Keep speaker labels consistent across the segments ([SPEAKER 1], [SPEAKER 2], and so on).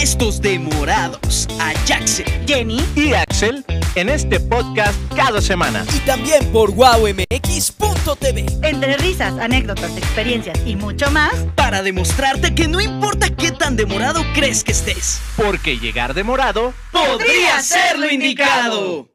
[SPEAKER 1] Estos demorados a Jackson, Jenny
[SPEAKER 2] y Axel en este podcast cada semana.
[SPEAKER 3] Y también por wowmx.tv.
[SPEAKER 4] Entre risas, anécdotas, experiencias y mucho más.
[SPEAKER 1] Para demostrarte que no importa qué tan demorado crees que estés.
[SPEAKER 2] Porque llegar demorado
[SPEAKER 1] podría ser lo indicado.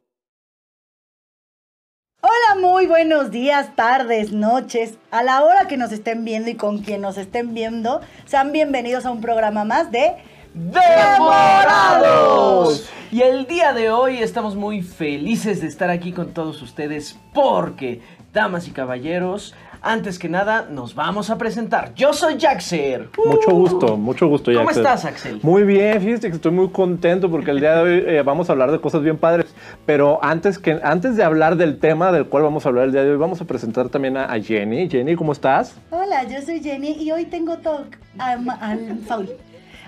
[SPEAKER 4] Hola, muy buenos días, tardes, noches. A la hora que nos estén viendo y con quien nos estén viendo, sean bienvenidos a un programa más de
[SPEAKER 5] Demorados. Y el día de hoy estamos muy felices de estar aquí con todos ustedes porque, damas y caballeros, antes que nada nos vamos a presentar. Yo soy Jaxer.
[SPEAKER 6] Mucho gusto, mucho gusto.
[SPEAKER 5] Uh. ¿Cómo
[SPEAKER 6] Jackson.
[SPEAKER 5] estás, Axel?
[SPEAKER 6] Muy bien, fíjate que estoy muy contento porque el día de hoy eh, vamos a hablar de cosas bien padres. Pero antes, que, antes de hablar del tema del cual vamos a hablar el día de hoy, vamos a presentar también a, a Jenny. Jenny, ¿cómo estás?
[SPEAKER 4] Hola, yo soy Jenny y hoy tengo talk am- al Saúl.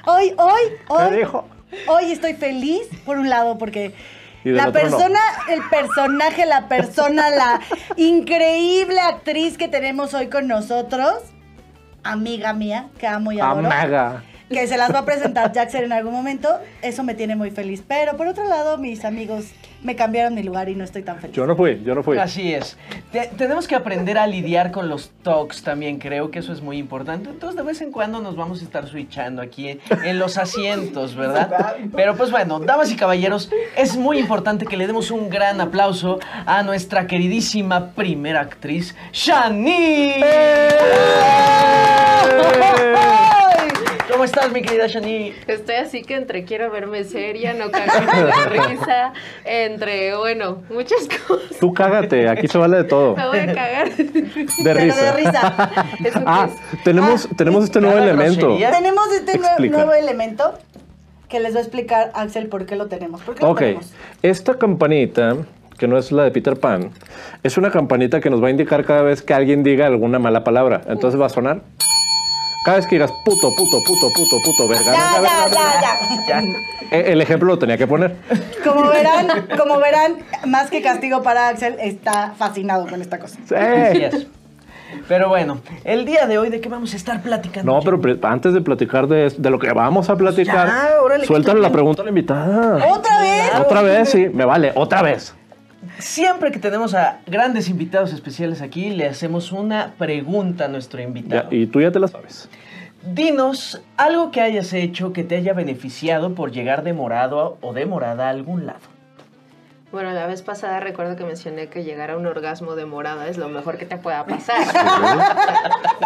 [SPEAKER 4] Hoy, hoy,
[SPEAKER 6] ¿Qué
[SPEAKER 4] hoy.
[SPEAKER 6] dijo?
[SPEAKER 4] Hoy estoy feliz, por un lado, porque
[SPEAKER 6] Y del
[SPEAKER 4] la
[SPEAKER 6] otro no.
[SPEAKER 4] persona, el personaje, la persona, la increíble actriz que tenemos hoy con nosotros, amiga mía, que amo y adoro.
[SPEAKER 6] Amaga.
[SPEAKER 4] que se las va a presentar Jackson en algún momento, eso me tiene muy feliz. Pero por otro lado, mis amigos me cambiaron mi lugar y no estoy tan feliz.
[SPEAKER 6] Yo no fui, yo no fui.
[SPEAKER 5] Así es. Te- tenemos que aprender a lidiar con los talks también, creo que eso es muy importante. Entonces, de vez en cuando nos vamos a estar switchando aquí en, en los asientos, ¿verdad? Pero pues bueno, damas y caballeros, es muy importante que le demos un gran aplauso a nuestra queridísima primera actriz, Shani. ¿Cómo estás, mi querida
[SPEAKER 6] Eh.
[SPEAKER 5] Shani?
[SPEAKER 7] Estoy así que entre quiero verme seria, no cagarme la risa, entre, bueno, muchas cosas.
[SPEAKER 6] Tú cágate, aquí se vale de todo.
[SPEAKER 7] Me voy a cagar.
[SPEAKER 6] De
[SPEAKER 4] Pero
[SPEAKER 6] risa.
[SPEAKER 4] de risa.
[SPEAKER 7] Eso que
[SPEAKER 6] Ah,
[SPEAKER 7] es.
[SPEAKER 6] tenemos,
[SPEAKER 4] Ah,
[SPEAKER 6] tenemos este nuevo
[SPEAKER 5] cada
[SPEAKER 6] elemento.
[SPEAKER 5] grosería.
[SPEAKER 4] Tenemos este nue-
[SPEAKER 6] Explica.
[SPEAKER 4] nuevo elemento que les va a explicar Axel por qué lo tenemos. ¿Por qué lo
[SPEAKER 6] Ok,
[SPEAKER 4] tenemos?
[SPEAKER 6] esta campanita, que no es la de Peter Pan, es una campanita que nos va a indicar cada vez que alguien diga alguna mala palabra. Entonces va a sonar. Cada vez que digas puto, puto, puto, puto, puto, verga.
[SPEAKER 4] Ya,
[SPEAKER 6] verga,
[SPEAKER 4] ya,
[SPEAKER 6] verga,
[SPEAKER 4] ya, ya.
[SPEAKER 6] verga. Eh, El ejemplo lo tenía que poner.
[SPEAKER 4] Como verán, como verán, más que castigo para Axel, está fascinado con esta cosa.
[SPEAKER 6] Sí.
[SPEAKER 5] Así es. Pero bueno, el día de hoy, ¿de qué vamos a estar platicando?
[SPEAKER 6] No,
[SPEAKER 5] chicos?
[SPEAKER 6] pero pre- antes de platicar de, es- de lo que vamos a platicar,
[SPEAKER 5] Ya, órale,
[SPEAKER 6] suéltale
[SPEAKER 5] que
[SPEAKER 6] la pregunta a la invitada.
[SPEAKER 4] ¿Otra vez?
[SPEAKER 6] Otra vez, sí, me vale, otra vez.
[SPEAKER 5] Siempre que tenemos a grandes invitados especiales aquí, le hacemos una pregunta a nuestro invitado.
[SPEAKER 6] Ya, y tú ya te la sabes.
[SPEAKER 5] Dinos algo que hayas hecho que te haya beneficiado por llegar demorado o demorada a algún lado.
[SPEAKER 7] Bueno, la vez pasada recuerdo que mencioné que llegar a un orgasmo de morada es lo mejor que te pueda pasar.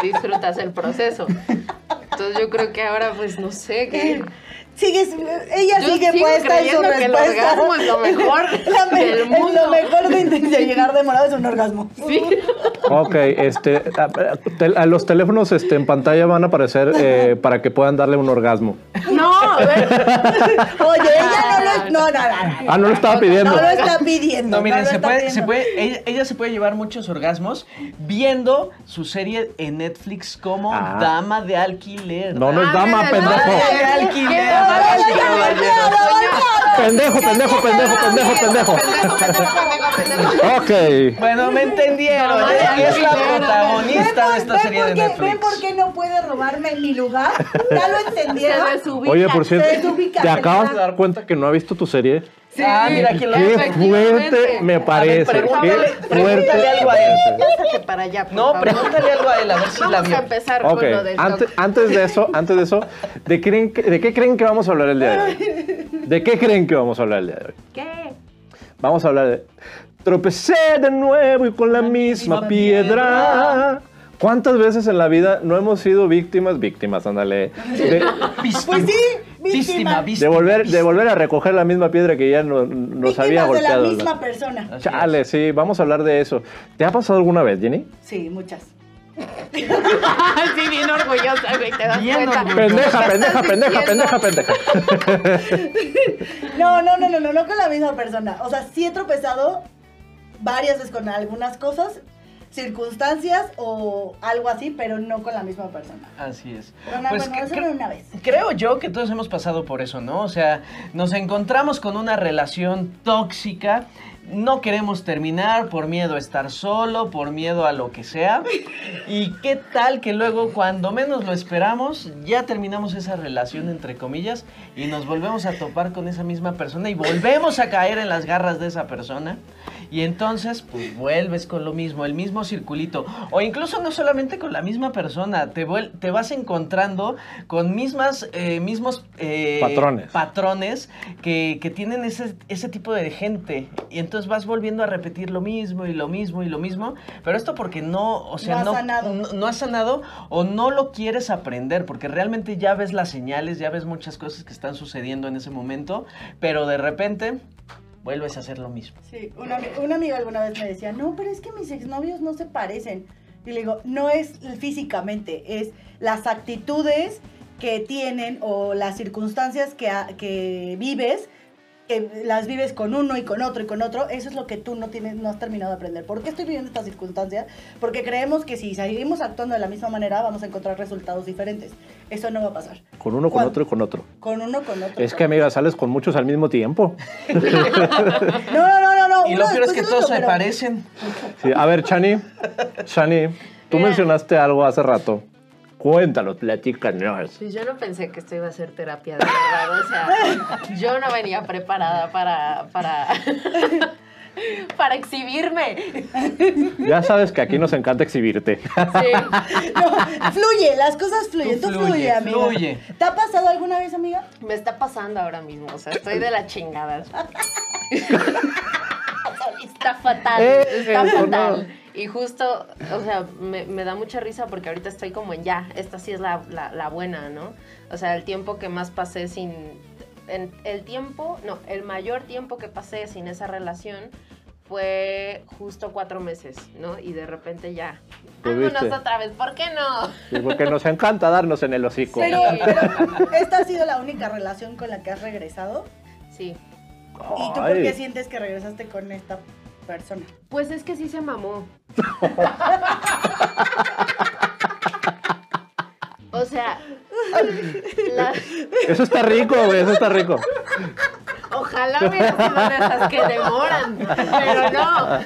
[SPEAKER 7] Disfrutas el proceso. Entonces yo creo que ahora, pues no sé, que
[SPEAKER 4] Sigues, ella
[SPEAKER 7] Yo
[SPEAKER 4] sigue
[SPEAKER 7] sigo
[SPEAKER 4] puesta en su
[SPEAKER 7] creyendo que el
[SPEAKER 4] respuesta.
[SPEAKER 7] orgasmo es lo mejor
[SPEAKER 4] La me-
[SPEAKER 7] del
[SPEAKER 4] es Lo
[SPEAKER 7] mundo.
[SPEAKER 4] mejor de, de llegar demorado es un orgasmo.
[SPEAKER 6] Ok, este, a, tel- a los teléfonos este, en pantalla van a aparecer eh, para que puedan darle un orgasmo.
[SPEAKER 7] no, a ver,
[SPEAKER 4] Oye, ella no lo... No, no, no, no.
[SPEAKER 6] Ah, no lo estaba pidiendo.
[SPEAKER 4] No lo está pidiendo.
[SPEAKER 5] No, miren,
[SPEAKER 4] lo
[SPEAKER 5] se
[SPEAKER 4] está
[SPEAKER 5] puede, se
[SPEAKER 4] pidiendo.
[SPEAKER 5] puede, ella, ella se puede llevar muchos orgasmos viendo su serie en Netflix como
[SPEAKER 6] Ah.
[SPEAKER 5] Dama de Alquiler.
[SPEAKER 6] No, no es dama,
[SPEAKER 7] Ah,
[SPEAKER 6] pendejo.
[SPEAKER 5] Dama de alquiler.
[SPEAKER 7] Dama de
[SPEAKER 4] ¡Ay,
[SPEAKER 7] alquiler.
[SPEAKER 4] ay, ay,
[SPEAKER 6] Pendejo, pendejo, pendejo, pendejo, pendejo.
[SPEAKER 7] Pendejo, pendejo, pendejo.
[SPEAKER 6] Ok.
[SPEAKER 5] Bueno, me entendieron.
[SPEAKER 7] Dama de
[SPEAKER 5] Ella es la
[SPEAKER 7] alquiler.
[SPEAKER 5] protagonista de esta serie de
[SPEAKER 4] por qué, ¿Ven
[SPEAKER 5] Netflix.
[SPEAKER 4] por qué no puede robarme en mi lugar? ¿Ya lo entendieron?
[SPEAKER 7] Se desubica.
[SPEAKER 6] Oye, por cierto,
[SPEAKER 4] desubica,
[SPEAKER 6] ¿te acabas de
[SPEAKER 4] ¿verdad?
[SPEAKER 6] dar cuenta que no ha visto tu serie?
[SPEAKER 7] Sí,
[SPEAKER 5] Ah, mira, aquí lo-
[SPEAKER 6] Qué fuerte me
[SPEAKER 5] A
[SPEAKER 6] parece.
[SPEAKER 5] ver, pregúntale-
[SPEAKER 6] Qué
[SPEAKER 5] pregúntale
[SPEAKER 6] fuerte.
[SPEAKER 5] algo a él.
[SPEAKER 7] Pásate para allá, por
[SPEAKER 5] No,
[SPEAKER 7] favor.
[SPEAKER 5] pregúntale algo a él, a ver si la
[SPEAKER 7] Vamos
[SPEAKER 5] vio.
[SPEAKER 7] a empezar
[SPEAKER 6] Ok,
[SPEAKER 7] con lo del
[SPEAKER 6] antes,
[SPEAKER 7] toque.
[SPEAKER 6] antes de eso, antes de eso, ¿de, creen que- ¿de qué creen que vamos a hablar el día de hoy? ¿De qué creen que vamos a hablar el día de hoy?
[SPEAKER 7] ¿Qué?
[SPEAKER 6] Vamos a hablar de tropecé de nuevo y con la misma piedra. ¿Cuántas veces en la vida no hemos sido víctimas, víctimas, ándale, de,
[SPEAKER 4] Pues sí,
[SPEAKER 5] Víctima,
[SPEAKER 4] víctima.
[SPEAKER 6] de
[SPEAKER 5] víctima.
[SPEAKER 6] volver, de volver a recoger la misma piedra que ya no- nos
[SPEAKER 4] Víctimas
[SPEAKER 6] había
[SPEAKER 4] de la
[SPEAKER 6] golpeado? Ah. ¿no?
[SPEAKER 4] misma persona.
[SPEAKER 5] Así es.
[SPEAKER 6] Chale, sí, vamos a hablar de eso. ¿Te ha pasado alguna vez, Jenny?
[SPEAKER 4] Sí, muchas.
[SPEAKER 7] sí, bien orgullosa, güey, te das
[SPEAKER 5] Bien
[SPEAKER 7] cuenta.
[SPEAKER 5] orgullosa.
[SPEAKER 6] Pendeja, pendeja,
[SPEAKER 7] ¿Qué estás
[SPEAKER 6] pendeja,
[SPEAKER 7] diciendo?
[SPEAKER 6] pendeja, pendeja.
[SPEAKER 4] No, no, no, no, no, no con la misma persona. O sea, sí he tropezado varias veces con algunas cosas, circunstancias o algo así, pero no con la misma persona.
[SPEAKER 5] Así es.
[SPEAKER 4] Pero nada,
[SPEAKER 5] Pues
[SPEAKER 4] bueno,
[SPEAKER 5] cre-
[SPEAKER 4] eso
[SPEAKER 5] cre-
[SPEAKER 4] no una vez.
[SPEAKER 5] Creo yo que todos hemos pasado por eso, ¿no? O sea, nos encontramos con una relación tóxica no queremos terminar por miedo a estar solo, por miedo a lo que sea. ¿Y qué tal que luego, cuando menos lo esperamos, ya terminamos esa relación, entre comillas, y nos volvemos a topar con esa misma persona y volvemos a caer en las garras de esa persona? Y entonces, pues vuelves con lo mismo, el mismo circulito. O incluso no solamente con la misma persona, te, vuel- te vas encontrando con mismas, eh, mismos eh,
[SPEAKER 6] Patrones.
[SPEAKER 5] patrones que, que tienen ese, ese tipo de gente. Y entonces vas volviendo a repetir lo mismo y lo mismo y lo mismo. Pero esto porque no, o sea,
[SPEAKER 4] No
[SPEAKER 5] no,
[SPEAKER 4] has sanado.
[SPEAKER 5] no- no has sanado o no lo quieres aprender. Porque realmente ya ves las señales, ya ves muchas cosas que están sucediendo en ese momento. Pero de repente vuelves a hacer lo mismo.
[SPEAKER 4] Sí, un, ami- un amigo alguna vez me decía, no, pero es que mis exnovios no se parecen. Y le digo, no es físicamente, es las actitudes que tienen o las circunstancias que, a- que vives, que las vives con uno y con otro y con otro, eso es lo que tú no tienes, no has terminado de aprender. ¿Por qué estoy viviendo estas circunstancias? Porque creemos que si seguimos actuando de la misma manera vamos a encontrar resultados diferentes. Eso no va a pasar.
[SPEAKER 6] Con uno, con
[SPEAKER 4] ¿Cuál?
[SPEAKER 6] otro y con otro.
[SPEAKER 4] Con uno, con otro.
[SPEAKER 6] Es que, amiga, sales con muchos al mismo tiempo.
[SPEAKER 4] No, no, no, no. no,
[SPEAKER 5] Y
[SPEAKER 4] uno
[SPEAKER 5] lo peor es
[SPEAKER 4] después
[SPEAKER 5] que
[SPEAKER 4] del
[SPEAKER 5] todos
[SPEAKER 4] otro,
[SPEAKER 5] se
[SPEAKER 4] pero-
[SPEAKER 5] parecen.
[SPEAKER 6] Sí, A ver, Chani, Chani, tú
[SPEAKER 7] Mira.
[SPEAKER 6] mencionaste algo hace rato. Cuéntalo, platícanos.
[SPEAKER 7] Pues yo no pensé que esto iba a ser terapia, de verdad. O sea, yo no venía preparada para. para. para exhibirme.
[SPEAKER 6] Ya sabes que aquí nos encanta exhibirte.
[SPEAKER 7] Sí.
[SPEAKER 4] No, fluye, las cosas fluyen.
[SPEAKER 5] Tú
[SPEAKER 4] Tú,
[SPEAKER 5] fluye,
[SPEAKER 4] fluye, amiga.
[SPEAKER 5] fluye.
[SPEAKER 4] ¿Te ha pasado alguna vez, amiga?
[SPEAKER 7] Me está pasando ahora mismo. O sea, estoy de la chingada. Está fatal.
[SPEAKER 6] Eh,
[SPEAKER 7] está
[SPEAKER 6] eso no.
[SPEAKER 7] fatal. Y justo, o sea, me, me da mucha risa porque ahorita estoy como en ya, esta sí es la, la- la buena, ¿no? O sea, el tiempo que más pasé sin. en- el tiempo, no, el mayor tiempo que pasé sin esa relación fue justo cuatro meses, ¿no? Y de repente ya.
[SPEAKER 6] Lo
[SPEAKER 7] Vámonos
[SPEAKER 6] viste.
[SPEAKER 7] otra vez, ¿por qué no?
[SPEAKER 6] Sí, Porque nos encanta darnos en el hocico.
[SPEAKER 4] Pero, pero, ¿esta ha sido la única relación con la que has regresado?
[SPEAKER 7] Sí.
[SPEAKER 4] ¿Y tú por qué
[SPEAKER 6] Ay.
[SPEAKER 4] sientes que regresaste con esta persona?
[SPEAKER 7] Pues es que sí se mamó. o sea, la-
[SPEAKER 6] Eso está rico, güey, eso está rico.
[SPEAKER 7] ojalá hubiera sido de esas que demoran, pero no.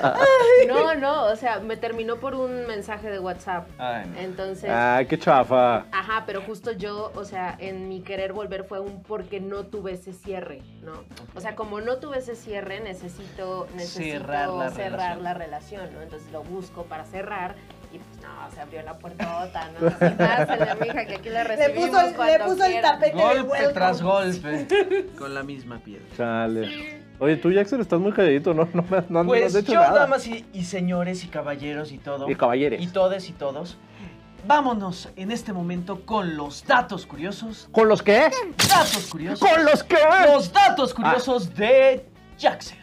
[SPEAKER 7] No, no, o sea, me terminó por un mensaje de WhatsApp.
[SPEAKER 5] Ay, no.
[SPEAKER 7] Entonces,
[SPEAKER 6] Ay, qué chafa.
[SPEAKER 7] ajá, pero justo yo, o sea, en mi querer volver fue un porque no tuve ese cierre, ¿no? O sea, como no tuve ese cierre, necesito, necesito
[SPEAKER 5] Cerrar
[SPEAKER 7] cerrar,
[SPEAKER 5] la
[SPEAKER 7] la,
[SPEAKER 5] relación.
[SPEAKER 7] relación. ¿no? Entonces lo busco para cerrar y pues no, se abrió la puertota, no, Así, pásale, mija, que aquí la
[SPEAKER 4] Le
[SPEAKER 7] recibimos
[SPEAKER 4] puso, el- le
[SPEAKER 7] cuando
[SPEAKER 4] puso el
[SPEAKER 7] quiera.
[SPEAKER 4] tapete de
[SPEAKER 5] Golpe
[SPEAKER 4] vuelta.
[SPEAKER 5] tras golpe. Con la misma piedra.
[SPEAKER 6] Chale. Oye, tú, Jackson, estás muy calladito, ¿no? No, me- no, no
[SPEAKER 5] Pues
[SPEAKER 6] has hecho
[SPEAKER 5] yo
[SPEAKER 6] nada.
[SPEAKER 5] nada más y, y señores y caballeros y todo.
[SPEAKER 6] Y caballeres.
[SPEAKER 5] Y todes y todos. Vámonos en este momento con los datos curiosos.
[SPEAKER 6] ¿Con los qué?
[SPEAKER 5] Datos curiosos.
[SPEAKER 6] ¡Con Ah. los qué!
[SPEAKER 5] Los datos curiosos de Jackson.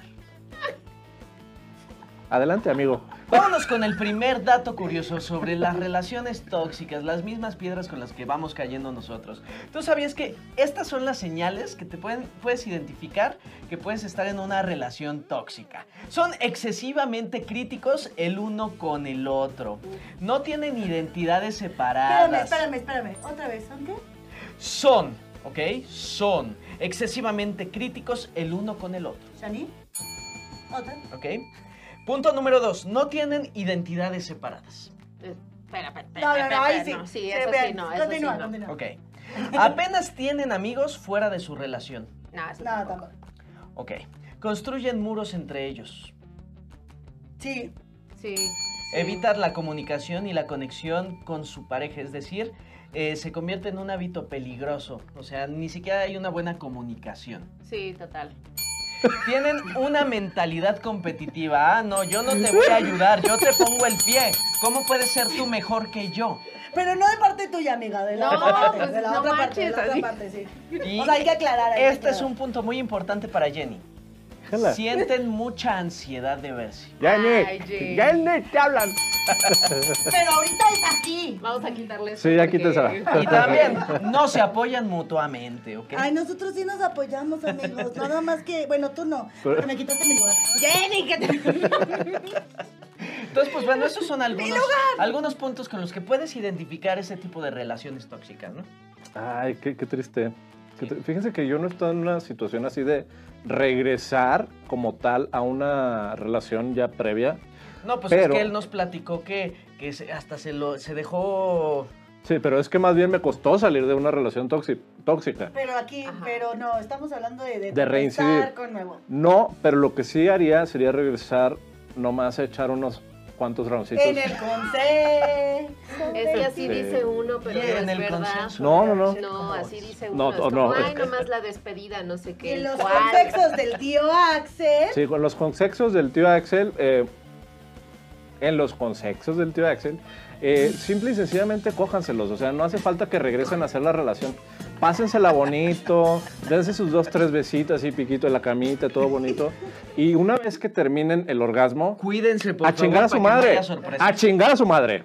[SPEAKER 6] Adelante, amigo.
[SPEAKER 5] Vámonos con el primer dato curioso sobre las relaciones tóxicas, las mismas piedras con las que vamos cayendo nosotros. ¿Tú sabías que estas son las señales que te pueden, puedes identificar que puedes estar en una relación tóxica? Son excesivamente críticos el uno con el otro. No tienen identidades
[SPEAKER 4] Espérame,
[SPEAKER 5] separadas.
[SPEAKER 4] espérame, espérame. ¿Otra vez? ¿Son qué?
[SPEAKER 5] Son, ¿ok? Son excesivamente críticos el uno con el otro.
[SPEAKER 4] ¿Shani? ¿Otra?
[SPEAKER 5] ¿Ok? Punto número dos, no tienen identidades separadas.
[SPEAKER 7] Eh, Espera, espera, espera,
[SPEAKER 4] No, no, no, ahí
[SPEAKER 7] espera,
[SPEAKER 4] sí.
[SPEAKER 7] no, sí, eso sí,
[SPEAKER 4] vean,
[SPEAKER 7] no, eso sí,
[SPEAKER 4] Continúa,
[SPEAKER 7] no.
[SPEAKER 4] continúa.
[SPEAKER 5] Ok. Apenas tienen amigos fuera de su relación.
[SPEAKER 7] No, eso
[SPEAKER 4] Nada,
[SPEAKER 7] tampoco.
[SPEAKER 4] tampoco.
[SPEAKER 5] Ok. Construyen muros entre ellos.
[SPEAKER 4] Sí,
[SPEAKER 7] Sí. sí.
[SPEAKER 5] Evitan la comunicación y la conexión con su pareja. Es decir, eh, se convierte en un hábito peligroso. O sea, ni siquiera hay una buena comunicación.
[SPEAKER 7] Sí, total.
[SPEAKER 5] Tienen una mentalidad competitiva. Ah, no, yo no te voy a ayudar. Yo te pongo el pie. ¿Cómo puedes ser tú mejor que yo?
[SPEAKER 4] pero no de parte tuya, amiga, de la
[SPEAKER 7] No,
[SPEAKER 4] otra parte.
[SPEAKER 7] pues,
[SPEAKER 4] de la
[SPEAKER 7] no
[SPEAKER 4] otra parte, de la
[SPEAKER 7] manches,
[SPEAKER 4] otra
[SPEAKER 7] así.
[SPEAKER 4] parte, sí.
[SPEAKER 5] Y
[SPEAKER 4] O sea, hay que aclarar. hay que
[SPEAKER 5] este es
[SPEAKER 4] aclarar.
[SPEAKER 5] un punto muy importante para Jenny.
[SPEAKER 6] Jala.
[SPEAKER 5] Sienten mucha ansiedad de verse.
[SPEAKER 6] Ya
[SPEAKER 7] Ay,
[SPEAKER 6] ni,
[SPEAKER 7] Jay.
[SPEAKER 6] ya ni te hablan.
[SPEAKER 4] Pero ahorita es aquí.
[SPEAKER 7] Vamos a quitarle eso.
[SPEAKER 6] Sí, ya
[SPEAKER 7] porque-
[SPEAKER 6] quítesela.
[SPEAKER 5] Y también no se apoyan mutuamente, ¿ok?
[SPEAKER 4] Ay, nosotros sí nos apoyamos, amigos. Nada más que, bueno, tú no, porque me quitaste mi lugar.
[SPEAKER 7] Jenny, que te...
[SPEAKER 5] Entonces, pues bueno, esos son algunos, algunos puntos con los que puedes identificar ese tipo de relaciones tóxicas, ¿no?
[SPEAKER 6] Ay, qué, qué triste. Que te- Fíjense que yo no estoy en una situación así de regresar como tal a una relación ya previa.
[SPEAKER 5] No, pues
[SPEAKER 6] Pero-
[SPEAKER 5] es que él nos platicó que, que se- hasta se lo se dejó.
[SPEAKER 6] Sí, pero es que más bien me costó salir de una relación tóxi- tóxica.
[SPEAKER 4] Pero aquí,
[SPEAKER 7] Ajá.
[SPEAKER 4] pero no, estamos hablando de... De,
[SPEAKER 6] De reincidir.
[SPEAKER 4] empezar con nuevo.
[SPEAKER 6] No, pero lo que sí haría sería regresar nomás a echar unos cuantos roundcitos.
[SPEAKER 4] En el consejo.
[SPEAKER 7] Es que así
[SPEAKER 6] Sí.
[SPEAKER 7] dice uno, pero
[SPEAKER 5] Sí, en
[SPEAKER 7] no es
[SPEAKER 5] el
[SPEAKER 7] verdad.
[SPEAKER 5] consenso.
[SPEAKER 6] No, no, no.
[SPEAKER 7] No, así dice
[SPEAKER 6] No,
[SPEAKER 7] uno. es
[SPEAKER 6] no,
[SPEAKER 7] como,
[SPEAKER 6] no, es
[SPEAKER 7] Ay,
[SPEAKER 6] que-
[SPEAKER 7] nomás la despedida, no sé
[SPEAKER 4] Y
[SPEAKER 7] qué.
[SPEAKER 4] en los
[SPEAKER 7] ¿cuál?".
[SPEAKER 4] contextos del tío Axel.
[SPEAKER 6] Sí, con los consejos del tío Axel, eh, en los consejos del tío Axel, eh, simple y sencillamente cójanselos. O sea, no hace falta que regresen a hacer la relación. Pásensela bonito, dense sus dos, tres besitas y piquito en la camita, todo bonito. Y una vez que terminen el orgasmo,
[SPEAKER 5] Cuídense, por
[SPEAKER 6] a
[SPEAKER 5] favor,
[SPEAKER 6] chingar a su
[SPEAKER 5] para que no
[SPEAKER 6] madre. Ah.
[SPEAKER 5] haya sorpresas.
[SPEAKER 6] A chingar a su madre.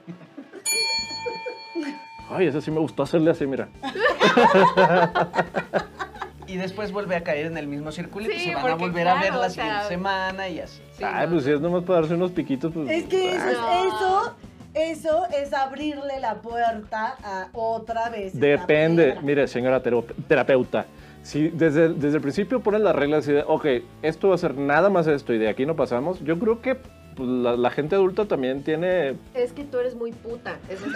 [SPEAKER 6] Ay, eso sí me gustó hacerle así, mira.
[SPEAKER 5] Y después vuelve a caer en el mismo circulito.
[SPEAKER 7] Sí,
[SPEAKER 5] se van a
[SPEAKER 7] porque,
[SPEAKER 5] volver a ver
[SPEAKER 7] claro,
[SPEAKER 5] la
[SPEAKER 7] o sea,
[SPEAKER 5] siguiente semana y así.
[SPEAKER 7] Sí,
[SPEAKER 6] Ay,
[SPEAKER 7] no.
[SPEAKER 6] pues si es nomás para darse unos piquitos, pues.
[SPEAKER 4] Es que eso,
[SPEAKER 7] No.
[SPEAKER 4] es, eso, eso es abrirle la puerta a otra vez. esta
[SPEAKER 6] Depende,
[SPEAKER 4] piedra.
[SPEAKER 6] mire, señora tero- terapeuta. Si desde, desde el principio ponen las reglas y de, ok, esto va a ser nada más esto y de aquí no pasamos, yo creo que pues, la, la gente adulta también tiene.
[SPEAKER 7] Es que tú eres muy puta. Eso es-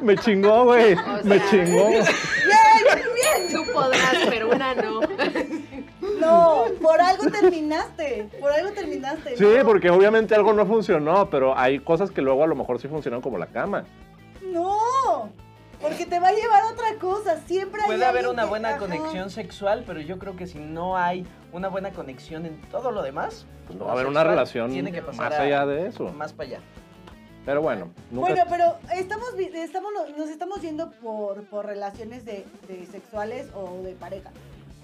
[SPEAKER 6] Me chingó, güey.
[SPEAKER 7] sea-
[SPEAKER 6] me chingó.
[SPEAKER 7] Tú podrás, pero una no.
[SPEAKER 4] No, por algo terminaste. Por algo terminaste.
[SPEAKER 6] Sí,
[SPEAKER 4] no,
[SPEAKER 6] porque obviamente algo no funcionó, pero hay cosas que luego a lo mejor sí funcionan como la cama.
[SPEAKER 4] No, porque te va a llevar a otra cosa. Siempre hay
[SPEAKER 5] Puede haber
[SPEAKER 4] alguien
[SPEAKER 5] una
[SPEAKER 4] que-
[SPEAKER 5] buena
[SPEAKER 4] ajá.
[SPEAKER 5] conexión sexual, pero yo creo que si no hay una buena conexión en todo lo demás,
[SPEAKER 6] Pues no
[SPEAKER 5] lo
[SPEAKER 6] va a haber una
[SPEAKER 5] sexual
[SPEAKER 6] relación
[SPEAKER 5] tiene que pasar
[SPEAKER 6] más
[SPEAKER 5] a-
[SPEAKER 6] allá de eso.
[SPEAKER 5] más para allá.
[SPEAKER 6] Pero bueno, nunca.
[SPEAKER 4] Bueno, pero estamos, vi- estamos nos estamos yendo por, por relaciones de, de sexuales o de pareja.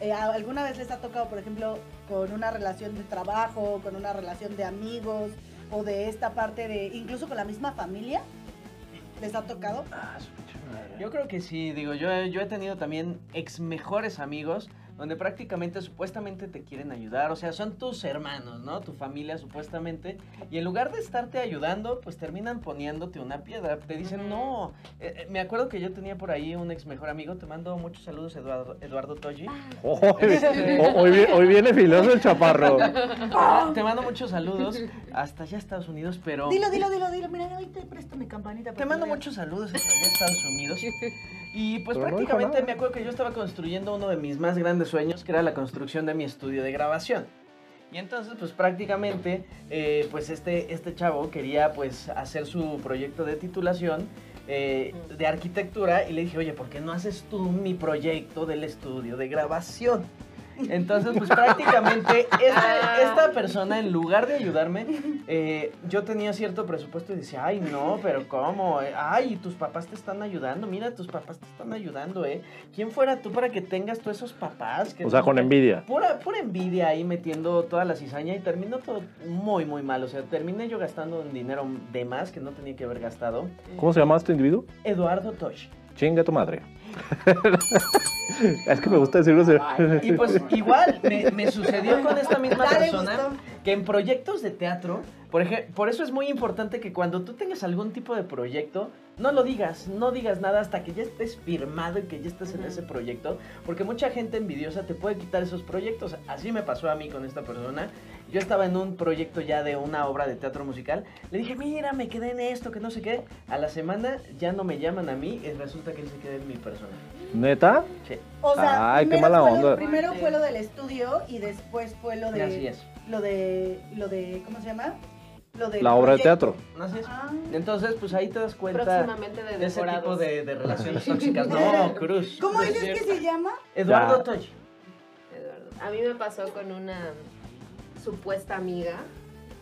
[SPEAKER 4] Eh, ¿a- ¿Alguna vez les ha tocado, por ejemplo, con una relación de trabajo, con una relación de amigos o de esta parte de, incluso con la misma familia? ¿Les ha tocado?
[SPEAKER 5] Yo creo que sí, digo, yo, yo he tenido también ex mejores amigos donde prácticamente supuestamente te quieren ayudar, o sea, son tus hermanos, ¿no? Tu familia supuestamente, y en lugar de estarte ayudando, pues terminan poniéndote una piedra, te dicen, no, Eh, eh, me acuerdo que yo tenía por ahí un ex mejor amigo, te mando muchos saludos Eduardo, Eduardo Toggi,
[SPEAKER 6] Hoy, hoy vi- hoy viene filoso el chaparro.
[SPEAKER 5] te mando muchos saludos hasta allá a Estados Unidos, pero...
[SPEAKER 4] Dilo, dilo, dilo, dilo. Mira, hoy te presto mi campanita. para
[SPEAKER 5] Te
[SPEAKER 4] que
[SPEAKER 5] mando
[SPEAKER 4] veas.
[SPEAKER 5] muchos saludos hasta allá a Estados Unidos. Y pues
[SPEAKER 6] Pero no dijo
[SPEAKER 5] prácticamente
[SPEAKER 6] nada.
[SPEAKER 5] me acuerdo que yo estaba construyendo uno de mis más grandes sueños, que era la construcción de mi estudio de grabación. Y entonces pues prácticamente eh, pues este, este chavo quería pues hacer su proyecto de titulación eh, de arquitectura y le dije, oye, ¿por qué no haces tú mi proyecto del estudio de grabación? Entonces pues prácticamente esta, esta persona en lugar de ayudarme eh, yo tenía cierto presupuesto y decía, ay, no, pero ¿cómo? Eh, Ay, tus papás te están ayudando, mira, tus papás te están ayudando, ¿eh? ¿Quién fuera tú para que tengas tú esos papás? Que
[SPEAKER 6] O sea,
[SPEAKER 5] no-
[SPEAKER 6] con envidia.
[SPEAKER 5] Pura, pura envidia ahí metiendo toda la cizaña y terminó todo muy, muy mal. O sea, terminé yo gastando un dinero de más que no tenía que haber gastado.
[SPEAKER 6] ¿Cómo se llama este individuo?
[SPEAKER 5] Eduardo Tosh.
[SPEAKER 6] Chinga tu madre. es que me gusta decirlo. así.
[SPEAKER 5] Y pues igual me, me sucedió con esta misma
[SPEAKER 4] Ya le
[SPEAKER 5] persona que en proyectos de teatro, por ejemplo, por eso es muy importante que cuando tú tengas algún tipo de proyecto, no lo digas, no digas nada hasta que ya estés firmado y que ya estés en
[SPEAKER 7] Ujú.
[SPEAKER 5] ese proyecto, porque mucha gente envidiosa te puede quitar esos proyectos. Así me pasó a mí con esta persona. Yo estaba en un proyecto ya de una obra de teatro musical. Le dije, mira, me quedé en esto, que no sé qué. A la semana ya no me llaman a mí y resulta que él se queda en mi persona.
[SPEAKER 6] ¿Neta?
[SPEAKER 5] Sí,
[SPEAKER 4] O sea,
[SPEAKER 6] Ay, qué
[SPEAKER 4] primero
[SPEAKER 6] mala
[SPEAKER 4] fue lo-
[SPEAKER 6] onda.
[SPEAKER 4] primero fue lo del estudio y después fue lo de...
[SPEAKER 5] así es.
[SPEAKER 4] Lo de, lo de, ¿cómo se llama? Lo de...
[SPEAKER 6] La obra de teatro.
[SPEAKER 5] Así es.
[SPEAKER 4] Ah.
[SPEAKER 5] Entonces, pues ahí te das cuenta
[SPEAKER 7] Próximamente de
[SPEAKER 5] de ese tipo
[SPEAKER 7] decorados.
[SPEAKER 5] de, de relaciones tóxicas. No, Cruz.
[SPEAKER 4] ¿Cómo
[SPEAKER 5] No es
[SPEAKER 4] dices que
[SPEAKER 5] cierto.
[SPEAKER 4] se llama?
[SPEAKER 5] Eduardo
[SPEAKER 6] Ya.
[SPEAKER 5] Toy.
[SPEAKER 7] Eduardo. A mí me pasó con una supuesta amiga,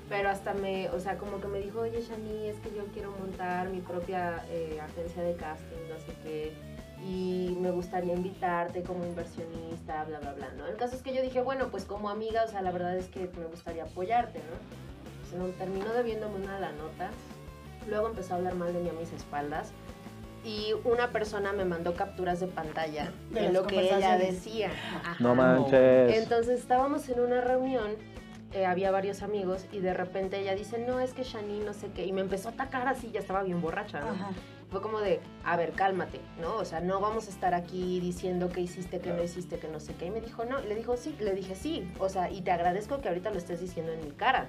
[SPEAKER 7] pero hasta me, o sea, como que me dijo, oye, Shani, es que yo quiero montar mi propia eh, agencia de casting, no sé qué, y me gustaría invitarte como inversionista, bla, bla, bla, ¿no? El caso es que yo dije, bueno, pues como amiga, o sea, la verdad es que me gustaría apoyarte, ¿no? Se nos terminó debiéndome una la nota, luego empezó a hablar mal de mí a mis espaldas, y una persona me mandó capturas de pantalla
[SPEAKER 4] De
[SPEAKER 7] de,
[SPEAKER 4] las
[SPEAKER 7] lo que ella
[SPEAKER 4] conversaciones.
[SPEAKER 7] decía. Ajá.
[SPEAKER 6] No manches.
[SPEAKER 7] Entonces estábamos en una reunión, eh, había varios amigos y de repente ella dice, no, es que Shani no sé qué, y me empezó a atacar así, ya estaba bien borracha, ¿no?
[SPEAKER 4] Ajá.
[SPEAKER 7] fue como de, a ver, cálmate, ¿no? O sea, no vamos a estar aquí diciendo que hiciste, que no hiciste, que no sé qué. Y me dijo, no, le dijo sí, le dije sí, o sea, y te agradezco que ahorita lo estés diciendo en mi cara,